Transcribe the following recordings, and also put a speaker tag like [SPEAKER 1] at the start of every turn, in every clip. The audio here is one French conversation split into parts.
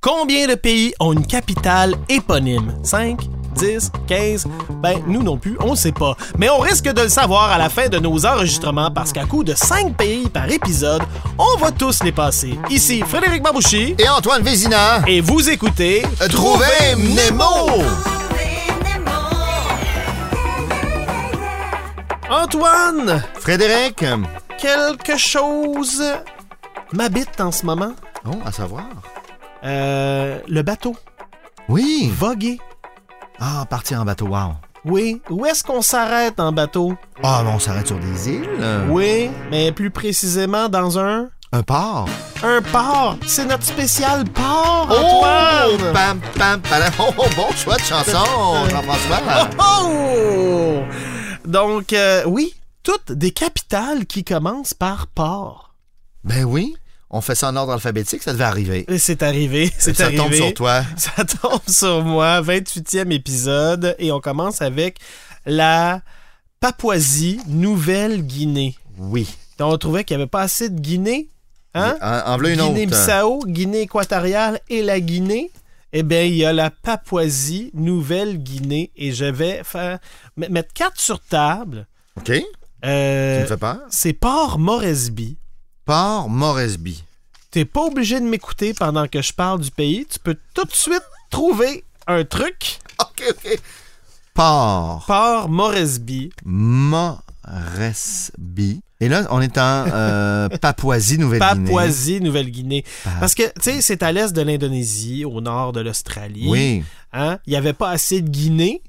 [SPEAKER 1] Combien de pays ont une capitale éponyme? 5, 10, 15? Ben, nous non plus, on sait pas. Mais on risque de le savoir à la fin de nos enregistrements parce qu'à coup de 5 pays par épisode, on va tous les passer. Ici Frédéric Babouchi
[SPEAKER 2] Et Antoine Vézina,
[SPEAKER 1] et vous écoutez
[SPEAKER 2] Trouver Nemo!
[SPEAKER 1] Antoine,
[SPEAKER 2] Frédéric, euh,
[SPEAKER 1] quelque chose m'habite en ce moment.
[SPEAKER 2] bon, Oh, à savoir.
[SPEAKER 1] Euh, le bateau,
[SPEAKER 2] Oui.
[SPEAKER 1] voguer.
[SPEAKER 2] Ah, partir en bateau, wow.
[SPEAKER 1] Oui, où est-ce qu'on s'arrête en bateau?
[SPEAKER 2] Ah, mais on s'arrête sur des îles. euh,
[SPEAKER 1] Oui, mais plus précisément dans un...
[SPEAKER 2] Un port.
[SPEAKER 1] Un port! C'est notre spécial port,
[SPEAKER 2] Oh,
[SPEAKER 1] Antoine!
[SPEAKER 2] Pam, pam, pam. Oh, bon choix de chanson, Jean-François.
[SPEAKER 1] Oh! Donc, euh, oui, toutes des capitales qui commencent par port.
[SPEAKER 2] ben oui, on fait ça en ordre alphabétique, ça devait arriver.
[SPEAKER 1] Et C'est arrivé, c'est
[SPEAKER 2] ça
[SPEAKER 1] arrivé.
[SPEAKER 2] tombe sur toi.
[SPEAKER 1] Ça tombe sur moi, 28e épisode, et on commence avec la Papouasie-Nouvelle-Guinée.
[SPEAKER 2] Oui.
[SPEAKER 1] Donc, on trouvait qu'il n'y avait pas assez de Guinée. Hein?
[SPEAKER 2] En, en v'là une autre.
[SPEAKER 1] Guinée-Bissau, Guinée équatoriale et la Guinée. Eh bien, il y a la Papouasie, Nouvelle-Guinée. Et je vais faire, m- mettre quatre sur table.
[SPEAKER 2] OK, tu
[SPEAKER 1] Euh,
[SPEAKER 2] me fais peur.
[SPEAKER 1] c'est Port Moresby.
[SPEAKER 2] Port Moresby.
[SPEAKER 1] T'es pas obligé de m'écouter pendant que je parle du pays. Tu peux tout de suite trouver un truc.
[SPEAKER 2] OK, OK. Port
[SPEAKER 1] Port Moresby.
[SPEAKER 2] Moresby. Et là, on est en euh, Papouasie, Nouvelle-Guinée.
[SPEAKER 1] Papouasie, Nouvelle-Guinée.
[SPEAKER 2] Pap-
[SPEAKER 1] Parce que, tu sais, c'est à l'est de l'Indonésie, au nord de l'Australie.
[SPEAKER 2] Oui.
[SPEAKER 1] Hein? Il n'y avait pas assez de Guinée.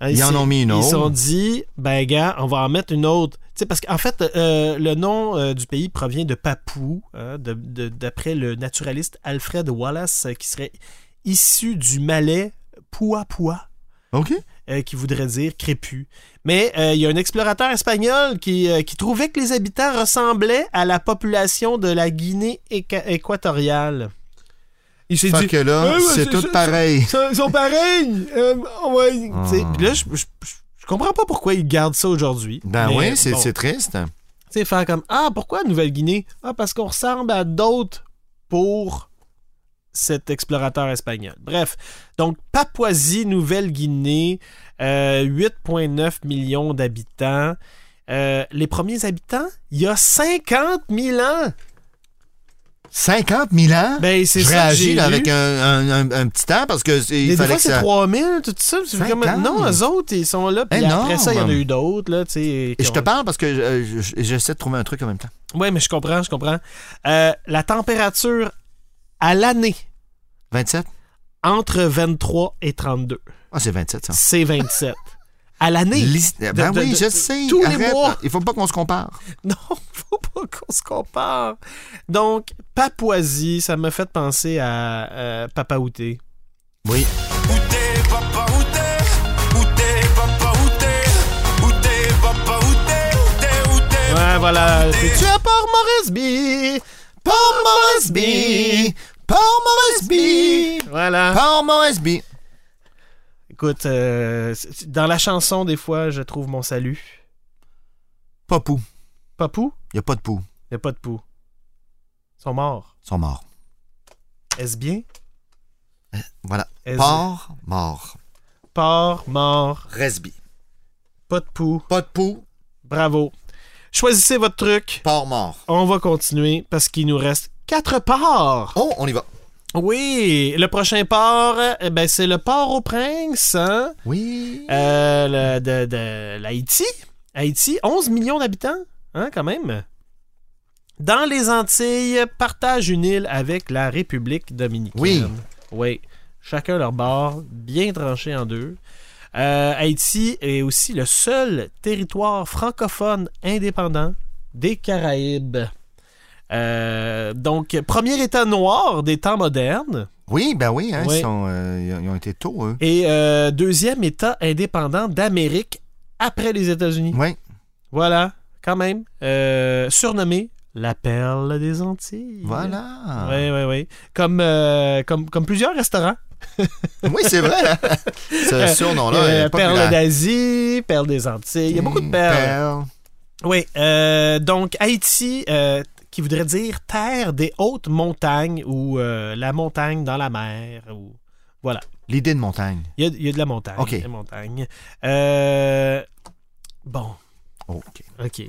[SPEAKER 1] Hein,
[SPEAKER 2] Ils en
[SPEAKER 1] s'est-
[SPEAKER 2] ont mis une
[SPEAKER 1] Ils
[SPEAKER 2] autre.
[SPEAKER 1] se sont dit, ben gars, on va en mettre une autre. Tu sais, parce qu'en fait, euh, le nom euh, du pays provient de Papou, hein, de- de- d'après le naturaliste Alfred Wallace, euh, qui serait issu du malais Puapua,
[SPEAKER 2] OK.
[SPEAKER 1] euh, qui voudrait dire crépu. Mais euh, il y a un explorateur espagnol qui, euh, qui trouvait que les habitants ressemblaient à la population de la Guinée éca- équatoriale. Il s'est
[SPEAKER 2] Fait
[SPEAKER 1] dit,
[SPEAKER 2] que là,
[SPEAKER 1] Ouais, ouais,
[SPEAKER 2] c'est
[SPEAKER 1] c'est
[SPEAKER 2] tout
[SPEAKER 1] ça,
[SPEAKER 2] pareil.
[SPEAKER 1] ils sont- ils sont pareils. Euh, ouais,
[SPEAKER 2] Ah.
[SPEAKER 1] t'sais, pis là, je, je- je- je comprends pas pourquoi ils gardent ça aujourd'hui.
[SPEAKER 2] Ben
[SPEAKER 1] Mais
[SPEAKER 2] oui, c'est
[SPEAKER 1] bon,
[SPEAKER 2] c'est triste.
[SPEAKER 1] t'sais, faire comme Ah, pourquoi Nouvelle-Guinée Ah, parce qu'on ressemble à d'autres pour cet explorateur espagnol. Bref, donc Papouasie, Nouvelle-Guinée, euh, 8,9 millions d'habitants. Euh, les premiers habitants, il y a 50 000 ans.
[SPEAKER 2] 50 000 ans?
[SPEAKER 1] Ben, c'est
[SPEAKER 2] je
[SPEAKER 1] ça. que j'ai
[SPEAKER 2] réagis là,
[SPEAKER 1] lu.
[SPEAKER 2] avec un, un- un- un petit temps parce que c'est- il
[SPEAKER 1] Mais des
[SPEAKER 2] fallait
[SPEAKER 1] fois,
[SPEAKER 2] que
[SPEAKER 1] c'est
[SPEAKER 2] ça.
[SPEAKER 1] 3000, tout ça. C'est comme...
[SPEAKER 2] 50.
[SPEAKER 1] Non, eux autres, ils sont là. Puis
[SPEAKER 2] Énorme.
[SPEAKER 1] après ça, il y en a eu d'autres. Là, tu sais,
[SPEAKER 2] Eh Et
[SPEAKER 1] qui
[SPEAKER 2] je te
[SPEAKER 1] ont-
[SPEAKER 2] parle parce que euh, je- je- j'essaie de trouver un truc en même temps.
[SPEAKER 1] Ouais, mais je comprends, je comprends. Euh, la température à l'année,
[SPEAKER 2] 27?
[SPEAKER 1] entre 23 et 32,
[SPEAKER 2] Ah, c'est 27, ça.
[SPEAKER 1] c'est 27. à l'année.
[SPEAKER 2] Lis- Ben
[SPEAKER 1] de-
[SPEAKER 2] oui,
[SPEAKER 1] de-
[SPEAKER 2] je
[SPEAKER 1] de-
[SPEAKER 2] sais.
[SPEAKER 1] tous les
[SPEAKER 2] Arrête.
[SPEAKER 1] mois.
[SPEAKER 2] Il faut pas qu'on se compare.
[SPEAKER 1] Non, faut pas qu'on se compare. Donc, Papouasie, ça m'a fait penser à euh, Papaouté.
[SPEAKER 2] Oui.
[SPEAKER 3] Où t'es, papa, où t'es Où t'es, papa, où t'es Où t'es, papa, où t'es Où t'es, où t'es
[SPEAKER 1] Ouais, voilà. C'est tu à Port Moresby.
[SPEAKER 2] Port Moresby! Port Moresby!
[SPEAKER 1] Voilà.
[SPEAKER 2] Port Moresby!
[SPEAKER 1] Écoute, euh, c- c- dans la chanson, des fois, je trouve mon salut.
[SPEAKER 2] Pas pou.
[SPEAKER 1] Pas pou?
[SPEAKER 2] Il a pas de pou.
[SPEAKER 1] Il a pas de pou. Ils sont morts.
[SPEAKER 2] Ils sont morts.
[SPEAKER 1] Est-ce bien?
[SPEAKER 2] Voilà.
[SPEAKER 1] Est-ce-
[SPEAKER 2] Port mort.
[SPEAKER 1] Port, mort,
[SPEAKER 2] Resby.
[SPEAKER 1] pas de pou.
[SPEAKER 2] Pas de pou.
[SPEAKER 1] Bravo. Choisissez votre truc.
[SPEAKER 2] Port mort.
[SPEAKER 1] On va continuer parce qu'il nous reste quatre ports.
[SPEAKER 2] Oh, on y va.
[SPEAKER 1] Oui, le prochain port, eh ben, c'est le port au prince hein?
[SPEAKER 2] Oui.
[SPEAKER 1] Euh, le- de, de l'Haïti. Haïti, 11 millions d'habitants, hein, quand même. Dans les Antilles, partage une île avec la République dominicaine.
[SPEAKER 2] Oui.
[SPEAKER 1] Oui. Chacun leur bord, bien tranché en deux. Euh, Haïti est aussi le seul territoire francophone indépendant des Caraïbes. Euh, donc, premier État noir des temps modernes
[SPEAKER 2] Oui, ben oui, hein,
[SPEAKER 1] Oui.
[SPEAKER 2] Ils, sont, euh, ils ont- ils ont été tôt, eux.
[SPEAKER 1] et euh, deuxième État indépendant d'Amérique après les États-Unis.
[SPEAKER 2] Oui.
[SPEAKER 1] Voilà, quand même. Euh, surnommé la perle des Antilles.
[SPEAKER 2] Voilà.
[SPEAKER 1] Oui, oui, oui. Comme, euh, comme, comme plusieurs restaurants.
[SPEAKER 2] Oui, c'est vrai. hein. Ce surnom-là
[SPEAKER 1] Euh,
[SPEAKER 2] Oh est
[SPEAKER 1] perle
[SPEAKER 2] populaire.
[SPEAKER 1] d'Asie, perle des Antilles. Il y a beaucoup de perles.
[SPEAKER 2] Perle.
[SPEAKER 1] Oui. euh, donc, Haïti, euh, qui voudrait dire terre des hautes montagnes ou euh, la montagne dans la mer. Ou... Voilà.
[SPEAKER 2] L'idée de montagne.
[SPEAKER 1] Il y a, il y a de la montagne.
[SPEAKER 2] Ok.
[SPEAKER 1] des montagnes. Euh, Bon,
[SPEAKER 2] Oh, OK.
[SPEAKER 1] OK.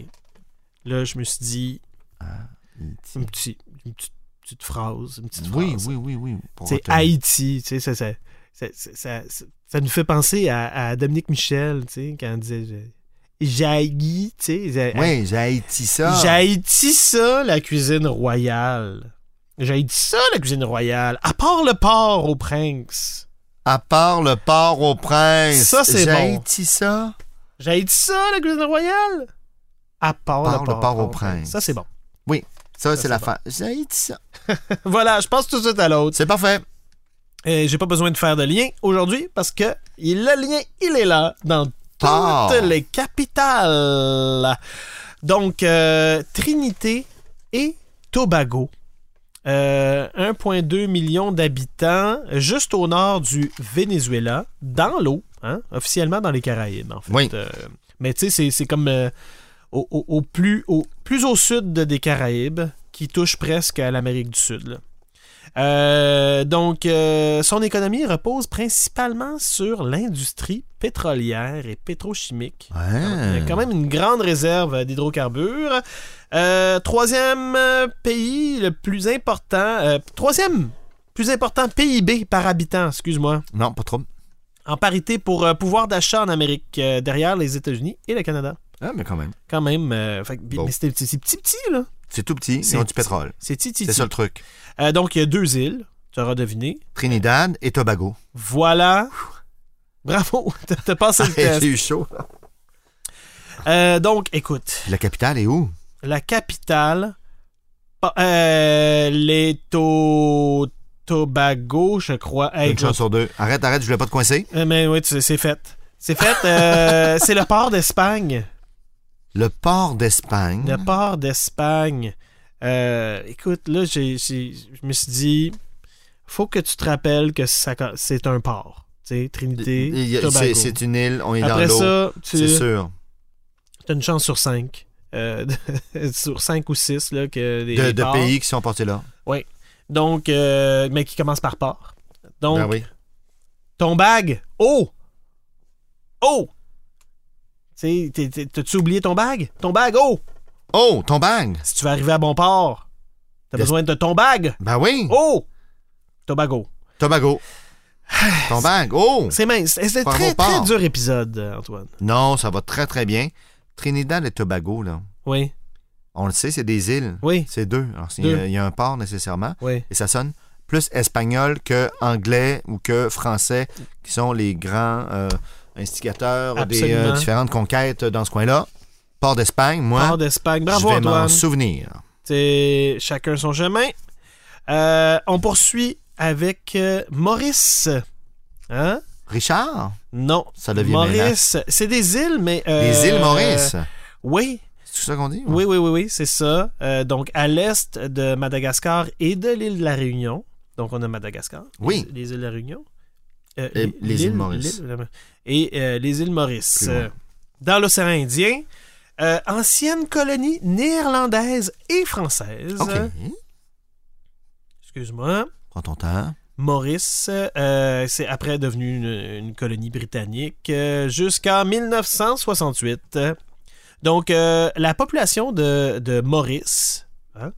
[SPEAKER 1] Là, je me suis dit
[SPEAKER 2] Haïti.
[SPEAKER 1] une petite, une petite, petite phrase, une petite
[SPEAKER 2] Oui,
[SPEAKER 1] phrase.
[SPEAKER 2] oui, oui, oui. pour
[SPEAKER 1] C'est
[SPEAKER 2] retenir.
[SPEAKER 1] Haïti, tu sais, ça, ça, ça, ça- ça- ça- ça nous fait penser à, à Dominique Michel, tu sais, quand il disait je- J'haïs, tu sais, j'ai-
[SPEAKER 2] Oui, j'ai Haïti ça.
[SPEAKER 1] j'haïtis ça, la cuisine royale. J'haïtis ça, la cuisine royale. À part le porc au prince.
[SPEAKER 2] À part le port au prince.
[SPEAKER 1] Ça, c'est bon.
[SPEAKER 2] J'haïti ça.
[SPEAKER 1] J'haïtis ça, la cuisine royale. À part,
[SPEAKER 2] Part
[SPEAKER 1] le
[SPEAKER 2] le
[SPEAKER 1] porc,
[SPEAKER 2] porc au prince.
[SPEAKER 1] Ça, c'est bon.
[SPEAKER 2] Ça,
[SPEAKER 1] c'est
[SPEAKER 2] c'est la
[SPEAKER 1] bon.
[SPEAKER 2] fin. J'haïti ça.
[SPEAKER 1] voilà, je passe tout de suite à l'autre.
[SPEAKER 2] C'est parfait.
[SPEAKER 1] Et j'ai pas besoin de faire de lien aujourd'hui parce que il- le lien, il est là dans toutes
[SPEAKER 2] Port.
[SPEAKER 1] les capitales. Donc, euh, Trinité et Tobago. Euh, 1,2 million d'habitants juste au nord du Venezuela, dans l'eau, hein, officiellement dans les Caraïbes, en fait.
[SPEAKER 2] Oui.
[SPEAKER 1] Euh, mais tu sais, c'est- c'est comme euh, au, au- au plus, au, plus au sud des Caraïbes, qui touche presque à l'Amérique du Sud. là. Euh, donc, euh, son économie repose principalement sur l'industrie pétrolière et pétrochimique. Il y a
[SPEAKER 2] Ouais.
[SPEAKER 1] quand même une grande réserve d'hydrocarbures. Euh, troisième euh, pays le plus important, euh, troisième plus important PIB par habitant, excuse-moi,
[SPEAKER 2] Non, pas trop.
[SPEAKER 1] en parité pour euh, pouvoir d'achat en Amérique, euh, derrière les États-Unis et le Canada.
[SPEAKER 2] Ah, mais quand même.
[SPEAKER 1] Quand même, euh, fait que-
[SPEAKER 2] Bon.
[SPEAKER 1] mais c'est c'est- c'est petit petit là.
[SPEAKER 2] C'est tout petit,
[SPEAKER 1] C'est
[SPEAKER 2] c'est du
[SPEAKER 1] petit.
[SPEAKER 2] pétrole.
[SPEAKER 1] C'est petit petit.
[SPEAKER 2] C'est ça le truc.
[SPEAKER 1] Euh, donc il y a deux îles, tu auras deviné.
[SPEAKER 2] Trinidad et Tobago.
[SPEAKER 1] Voilà. Bravo, t'as- t'as passé le test.
[SPEAKER 2] eu chaud.
[SPEAKER 1] Euh, donc, écoute,
[SPEAKER 2] La capitale est où?
[SPEAKER 1] la capitale, pa- euh, les To- Tobago, je crois. Hey,
[SPEAKER 2] Une chance sur deux. Arrête, arrête, je voulais pas te coincer.
[SPEAKER 1] euh, mais oui, tu sais, c'est fait. C'est fait. euh, c'est le port d'Espagne.
[SPEAKER 2] Le port d'Espagne.
[SPEAKER 1] Le port d'Espagne. Euh, écoute, là, j'ai, j'ai- je me suis dit, faut que tu te rappelles que ça- c'est un port. Tu sais, Trinité,
[SPEAKER 2] Il y a-
[SPEAKER 1] Tobago.
[SPEAKER 2] c'est- C'est une île, on est
[SPEAKER 1] Après
[SPEAKER 2] dans l'eau.
[SPEAKER 1] ça, tu
[SPEAKER 2] C'est sûr.
[SPEAKER 1] as une chance sur 5. sur 5 ou 6 là, que des
[SPEAKER 2] De, de
[SPEAKER 1] ports.
[SPEAKER 2] pays qui sont portés là.
[SPEAKER 1] Donc, euh, mais qui commence par port. Donc,
[SPEAKER 2] Ben oui.
[SPEAKER 1] ton bag, oh! Oh! Tu sais, t'es- t'es- t'as-tu oublié ton bag? Ton bag, oh!
[SPEAKER 2] Oh, ton bag.
[SPEAKER 1] Si tu veux arriver à bon port, t'as
[SPEAKER 2] Yes.
[SPEAKER 1] besoin de ton bag,
[SPEAKER 2] Ben oui.
[SPEAKER 1] oh! Tobago.
[SPEAKER 2] Tobago. ton bag. Oh.
[SPEAKER 1] C'est mince. Eh, C'est c'est
[SPEAKER 2] Par
[SPEAKER 1] très,
[SPEAKER 2] bon port.
[SPEAKER 1] très dur épisode, euh, Antoine.
[SPEAKER 2] Non, ça va très, très bien. Trinidad et Tobago, là.
[SPEAKER 1] Oui,
[SPEAKER 2] On le sait, c'est des îles.
[SPEAKER 1] oui,
[SPEAKER 2] C'est deux. Alors, c'est- il y
[SPEAKER 1] Deux.
[SPEAKER 2] a- il y a un port nécessairement.
[SPEAKER 1] oui.
[SPEAKER 2] et ça sonne plus espagnol que anglais ou que français, qui sont les grands euh, instigateurs des euh,
[SPEAKER 1] Absolument.
[SPEAKER 2] différentes conquêtes dans ce coin-là. Port d'Espagne, moi,
[SPEAKER 1] Port d'Espagne.
[SPEAKER 2] je
[SPEAKER 1] Bravo,
[SPEAKER 2] vais m'en
[SPEAKER 1] Antoine.
[SPEAKER 2] souvenir.
[SPEAKER 1] C'est chacun son chemin. Euh, on poursuit avec euh, Maurice. Hein?
[SPEAKER 2] Richard,
[SPEAKER 1] Non.
[SPEAKER 2] ça devient mêlant.
[SPEAKER 1] Maurice. C'est des îles, mais. euh,
[SPEAKER 2] Les îles Maurice,
[SPEAKER 1] euh, oui,
[SPEAKER 2] c'est ça qu'on dit?
[SPEAKER 1] oui, oui, oui, oui, c'est ça. Euh, donc, à l'est de Madagascar et de l'île de la Réunion. Donc, on a Madagascar.
[SPEAKER 2] Oui.
[SPEAKER 1] Les, les îles de la Réunion. Euh,
[SPEAKER 2] Et
[SPEAKER 1] l'île-
[SPEAKER 2] les îles
[SPEAKER 1] l'île-
[SPEAKER 2] Maurice.
[SPEAKER 1] l'île- Et euh, les îles Maurice.
[SPEAKER 2] Plus loin.
[SPEAKER 1] Euh, dans l'océan Indien. Euh, ancienne colonie néerlandaise et française.
[SPEAKER 2] OK,
[SPEAKER 1] Excuse-moi.
[SPEAKER 2] prends ton temps.
[SPEAKER 1] Maurice, euh, c'est après devenu une, une colonie britannique euh, jusqu'en 1968. Donc, euh, la population de, de Maurice, hein?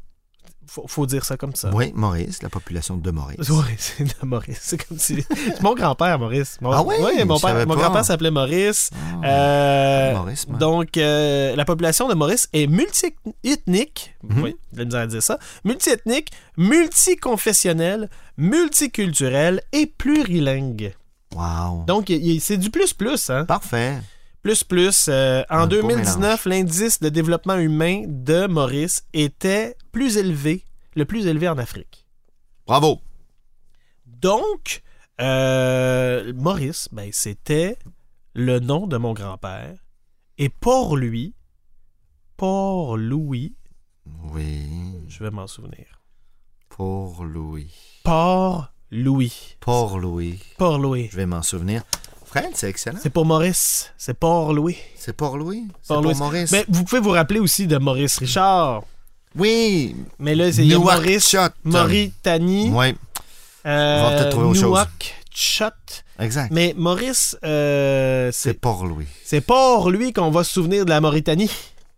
[SPEAKER 1] faut, faut dire ça comme ça.
[SPEAKER 2] Oui, Maurice, la population de Maurice.
[SPEAKER 1] Ouais, c'est de Maurice. C'est comme si. C'est mon grand-père, Maurice. Mon-
[SPEAKER 2] Ah oui?
[SPEAKER 1] Ouais, mon
[SPEAKER 2] Je
[SPEAKER 1] père-
[SPEAKER 2] savais
[SPEAKER 1] mon
[SPEAKER 2] pas.
[SPEAKER 1] grand-père s'appelait Maurice.
[SPEAKER 2] Ah,
[SPEAKER 1] Euh,
[SPEAKER 2] Maurice, moi.
[SPEAKER 1] donc, euh, la population de Maurice est multi-ethnique.
[SPEAKER 2] Mhm.
[SPEAKER 1] Oui, j'ai de la misère à dire ça. Multi-ethnique, multiconfessionnelle, multiculturelle et plurilingue.
[SPEAKER 2] Wow.
[SPEAKER 1] Donc, il- il- c'est du plus-plus, hein?
[SPEAKER 2] Parfait.
[SPEAKER 1] Plus plus. euh, en
[SPEAKER 2] Un beau
[SPEAKER 1] 2019, l'indice de développement humain de Maurice était plus élevé, le plus élevé en Afrique.
[SPEAKER 2] Bravo.
[SPEAKER 1] Donc, euh, Maurice, ben, c'était le nom de mon grand-père. Et pour lui, pour Louis,
[SPEAKER 2] Oui,
[SPEAKER 1] je vais m'en souvenir.
[SPEAKER 2] pour Louis.
[SPEAKER 1] Port Louis.
[SPEAKER 2] Pour Louis,
[SPEAKER 1] Port Louis.
[SPEAKER 2] je vais m'en souvenir. Fred, c'est excellent.
[SPEAKER 1] C'est pour Maurice. C'est Port Louis.
[SPEAKER 2] C'est pour Louis. C'est
[SPEAKER 1] Port
[SPEAKER 2] pour
[SPEAKER 1] Louis.
[SPEAKER 2] Maurice.
[SPEAKER 1] Mais vous pouvez vous rappeler aussi de Maurice Richard.
[SPEAKER 2] Oui,
[SPEAKER 1] Mais là, c'est il y a
[SPEAKER 2] Newark
[SPEAKER 1] Maurice,
[SPEAKER 2] Shot.
[SPEAKER 1] Mauritanie,
[SPEAKER 2] Oui, va
[SPEAKER 1] euh,
[SPEAKER 2] peut-être trouver autre chose.
[SPEAKER 1] Newark, Shot.
[SPEAKER 2] exact.
[SPEAKER 1] Mais Maurice, euh,
[SPEAKER 2] C'est
[SPEAKER 1] c'est
[SPEAKER 2] port Louis.
[SPEAKER 1] c'est pour lui qu'on va se souvenir de la Mauritanie.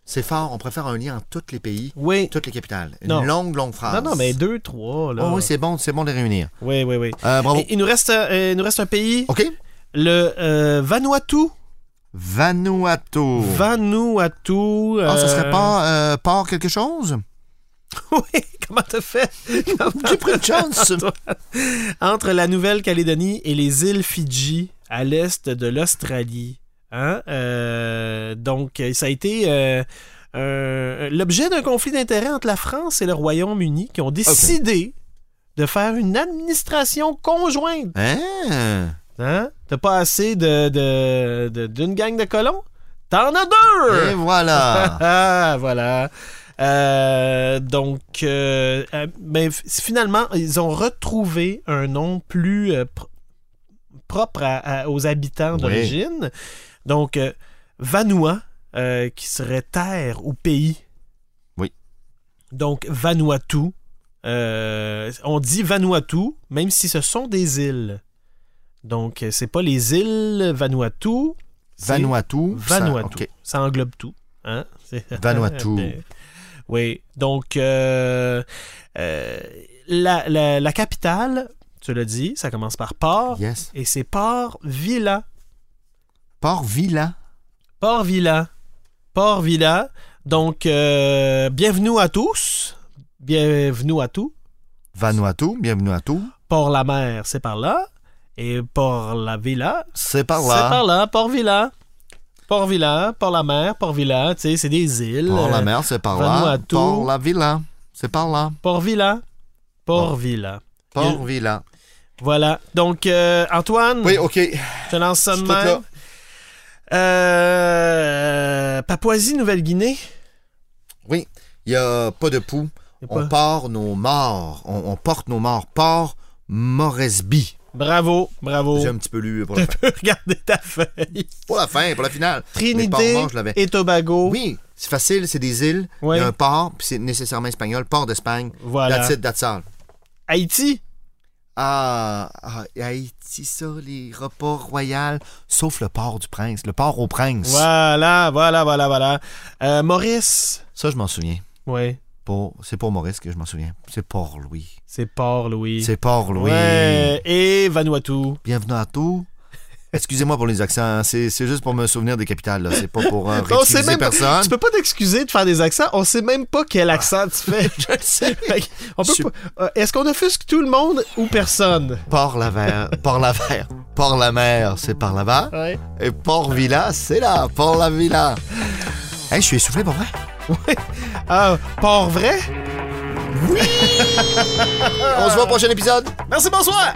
[SPEAKER 2] C'est fort. On préfère un lien entre tous les pays,
[SPEAKER 1] Oui.
[SPEAKER 2] toutes les capitales. Une
[SPEAKER 1] Non.
[SPEAKER 2] longue, longue phrase.
[SPEAKER 1] Non, non, mais deux, trois, là.
[SPEAKER 2] Oh, oui, c'est bon, c'est bon de les réunir.
[SPEAKER 1] oui, oui, oui.
[SPEAKER 2] Euh, bravo.
[SPEAKER 1] Et- il, nous reste, euh, il nous reste un pays,
[SPEAKER 2] OK.
[SPEAKER 1] le euh, Vanuatu.
[SPEAKER 2] Vanuatu.
[SPEAKER 1] Vanuatu.
[SPEAKER 2] Oh. Ah, ça serait
[SPEAKER 1] euh,
[SPEAKER 2] pas euh, port quelque chose?
[SPEAKER 1] oui, comment t'as fait?
[SPEAKER 2] J'ai pris une chance.
[SPEAKER 1] Entre la Nouvelle-Calédonie et les îles Fidji, à l'est de l'Australie. Hein? Euh, donc, euh, ça a été euh, euh, l'objet d'un conflit d'intérêts entre la France et le Royaume-Uni qui ont décidé de faire une administration conjointe.
[SPEAKER 2] Hein?
[SPEAKER 1] Hein? T'as pas assez de, de- de- d'une gang de colons? T'en as deux!
[SPEAKER 2] Et voilà.
[SPEAKER 1] Ah, voilà. Euh, donc, euh, euh, ben, f- finalement, ils ont retrouvé un nom plus euh, pr- propre à- à- aux habitants
[SPEAKER 2] Oui.
[SPEAKER 1] d'origine. Donc, euh, Vanua, euh, qui serait terre ou pays.
[SPEAKER 2] Oui.
[SPEAKER 1] Donc, Vanuatu. Euh, on dit Vanuatu, même si ce sont des îles. Donc, euh, c'est pas les îles Vanuatu. c'est-
[SPEAKER 2] Vanuatu. ça-
[SPEAKER 1] Vanuatu. Eh,
[SPEAKER 2] OK.
[SPEAKER 1] Ça englobe tout. Hein? C'est-
[SPEAKER 2] Vanuatu.
[SPEAKER 1] oui. Donc, euh, euh, la, la- la capitale, tu l'as dit, ça commence par Port.
[SPEAKER 2] Yes.
[SPEAKER 1] Et c'est Port Villa.
[SPEAKER 2] Port Villa.
[SPEAKER 1] Port Villa. Port Villa. Donc, euh, bienvenue à tous. Bienvenue à tous.
[SPEAKER 2] Vanuatu. Bienvenue à tout.
[SPEAKER 1] Port la mer, c'est par là. Et Port la Villa,
[SPEAKER 2] C'est par
[SPEAKER 1] C'est par
[SPEAKER 2] là.
[SPEAKER 1] là, Port-Villa. Port-Villa, Port-la-Mer, Port-Villa, tu sais, c'est des îles.
[SPEAKER 2] Port la
[SPEAKER 1] euh,
[SPEAKER 2] mer, c'est par là.
[SPEAKER 1] Vanuatu.
[SPEAKER 2] Port la Villa. C'est par là.
[SPEAKER 1] Port-Villa. Port-Villa.
[SPEAKER 2] Port Villa.
[SPEAKER 1] Voilà. Donc, euh, Antoine,
[SPEAKER 2] Oui, OK.
[SPEAKER 1] je te lance ça
[SPEAKER 2] je
[SPEAKER 1] de
[SPEAKER 2] suis tout
[SPEAKER 1] même. Euh, Papouasie, Nouvelle-Guinée.
[SPEAKER 2] Oui. Il n'y a pas de poux.
[SPEAKER 1] Y a
[SPEAKER 2] On
[SPEAKER 1] pas-
[SPEAKER 2] part nos morts. On, on porte nos morts. Port Moresby.
[SPEAKER 1] Bravo, bravo.
[SPEAKER 2] J'ai un petit peu lu pour la fin.
[SPEAKER 1] Regardez ta feuille.
[SPEAKER 2] Pour la fin, pour la finale. Mais Port
[SPEAKER 1] Trinité
[SPEAKER 2] Mort, je l'avais.
[SPEAKER 1] et Tobago.
[SPEAKER 2] Oui, c'est facile, c'est des îles.
[SPEAKER 1] Ouais.
[SPEAKER 2] Il y a un port, puis c'est nécessairement espagnol. Port d'Espagne.
[SPEAKER 1] Voilà.
[SPEAKER 2] That's it, that's all.
[SPEAKER 1] Haïti.
[SPEAKER 2] Ah, ah, Haïti, ça, les repas royaux, sauf le port du prince, le port au prince.
[SPEAKER 1] Voilà, voilà, voilà, voilà. Euh, Maurice.
[SPEAKER 2] Ça, je m'en souviens.
[SPEAKER 1] Oui,
[SPEAKER 2] Pour- c'est pour Maurice que je m'en souviens. C'est Port Louis.
[SPEAKER 1] c'est Port-Louis.
[SPEAKER 2] C'est Port Louis.
[SPEAKER 1] Ouais, et Vanuatu.
[SPEAKER 2] Bienvenue à tout. Excusez-moi pour les accents, hein, c'est, c'est juste pour me souvenir des capitales, là. c'est pas pour euh,
[SPEAKER 1] On sait
[SPEAKER 2] ridiculiser
[SPEAKER 1] même pas-
[SPEAKER 2] personne.
[SPEAKER 1] Tu peux pas t'excuser de faire des accents. On sait même pas quel accent tu fais.
[SPEAKER 2] Je le sais.
[SPEAKER 1] Fait que, on peut
[SPEAKER 2] Je-
[SPEAKER 1] pas- euh, Est-ce qu'on offusque tout le monde ou personne?
[SPEAKER 2] Port la mer, Port la mer, Port la mer, c'est par là-bas.
[SPEAKER 1] Ouais.
[SPEAKER 2] Et Port Villa, c'est là, Port la Villa. Hey, je suis essoufflé pour vrai.
[SPEAKER 1] Ah, port vrai?
[SPEAKER 2] On se voit au prochain épisode.
[SPEAKER 1] Merci, bonsoir!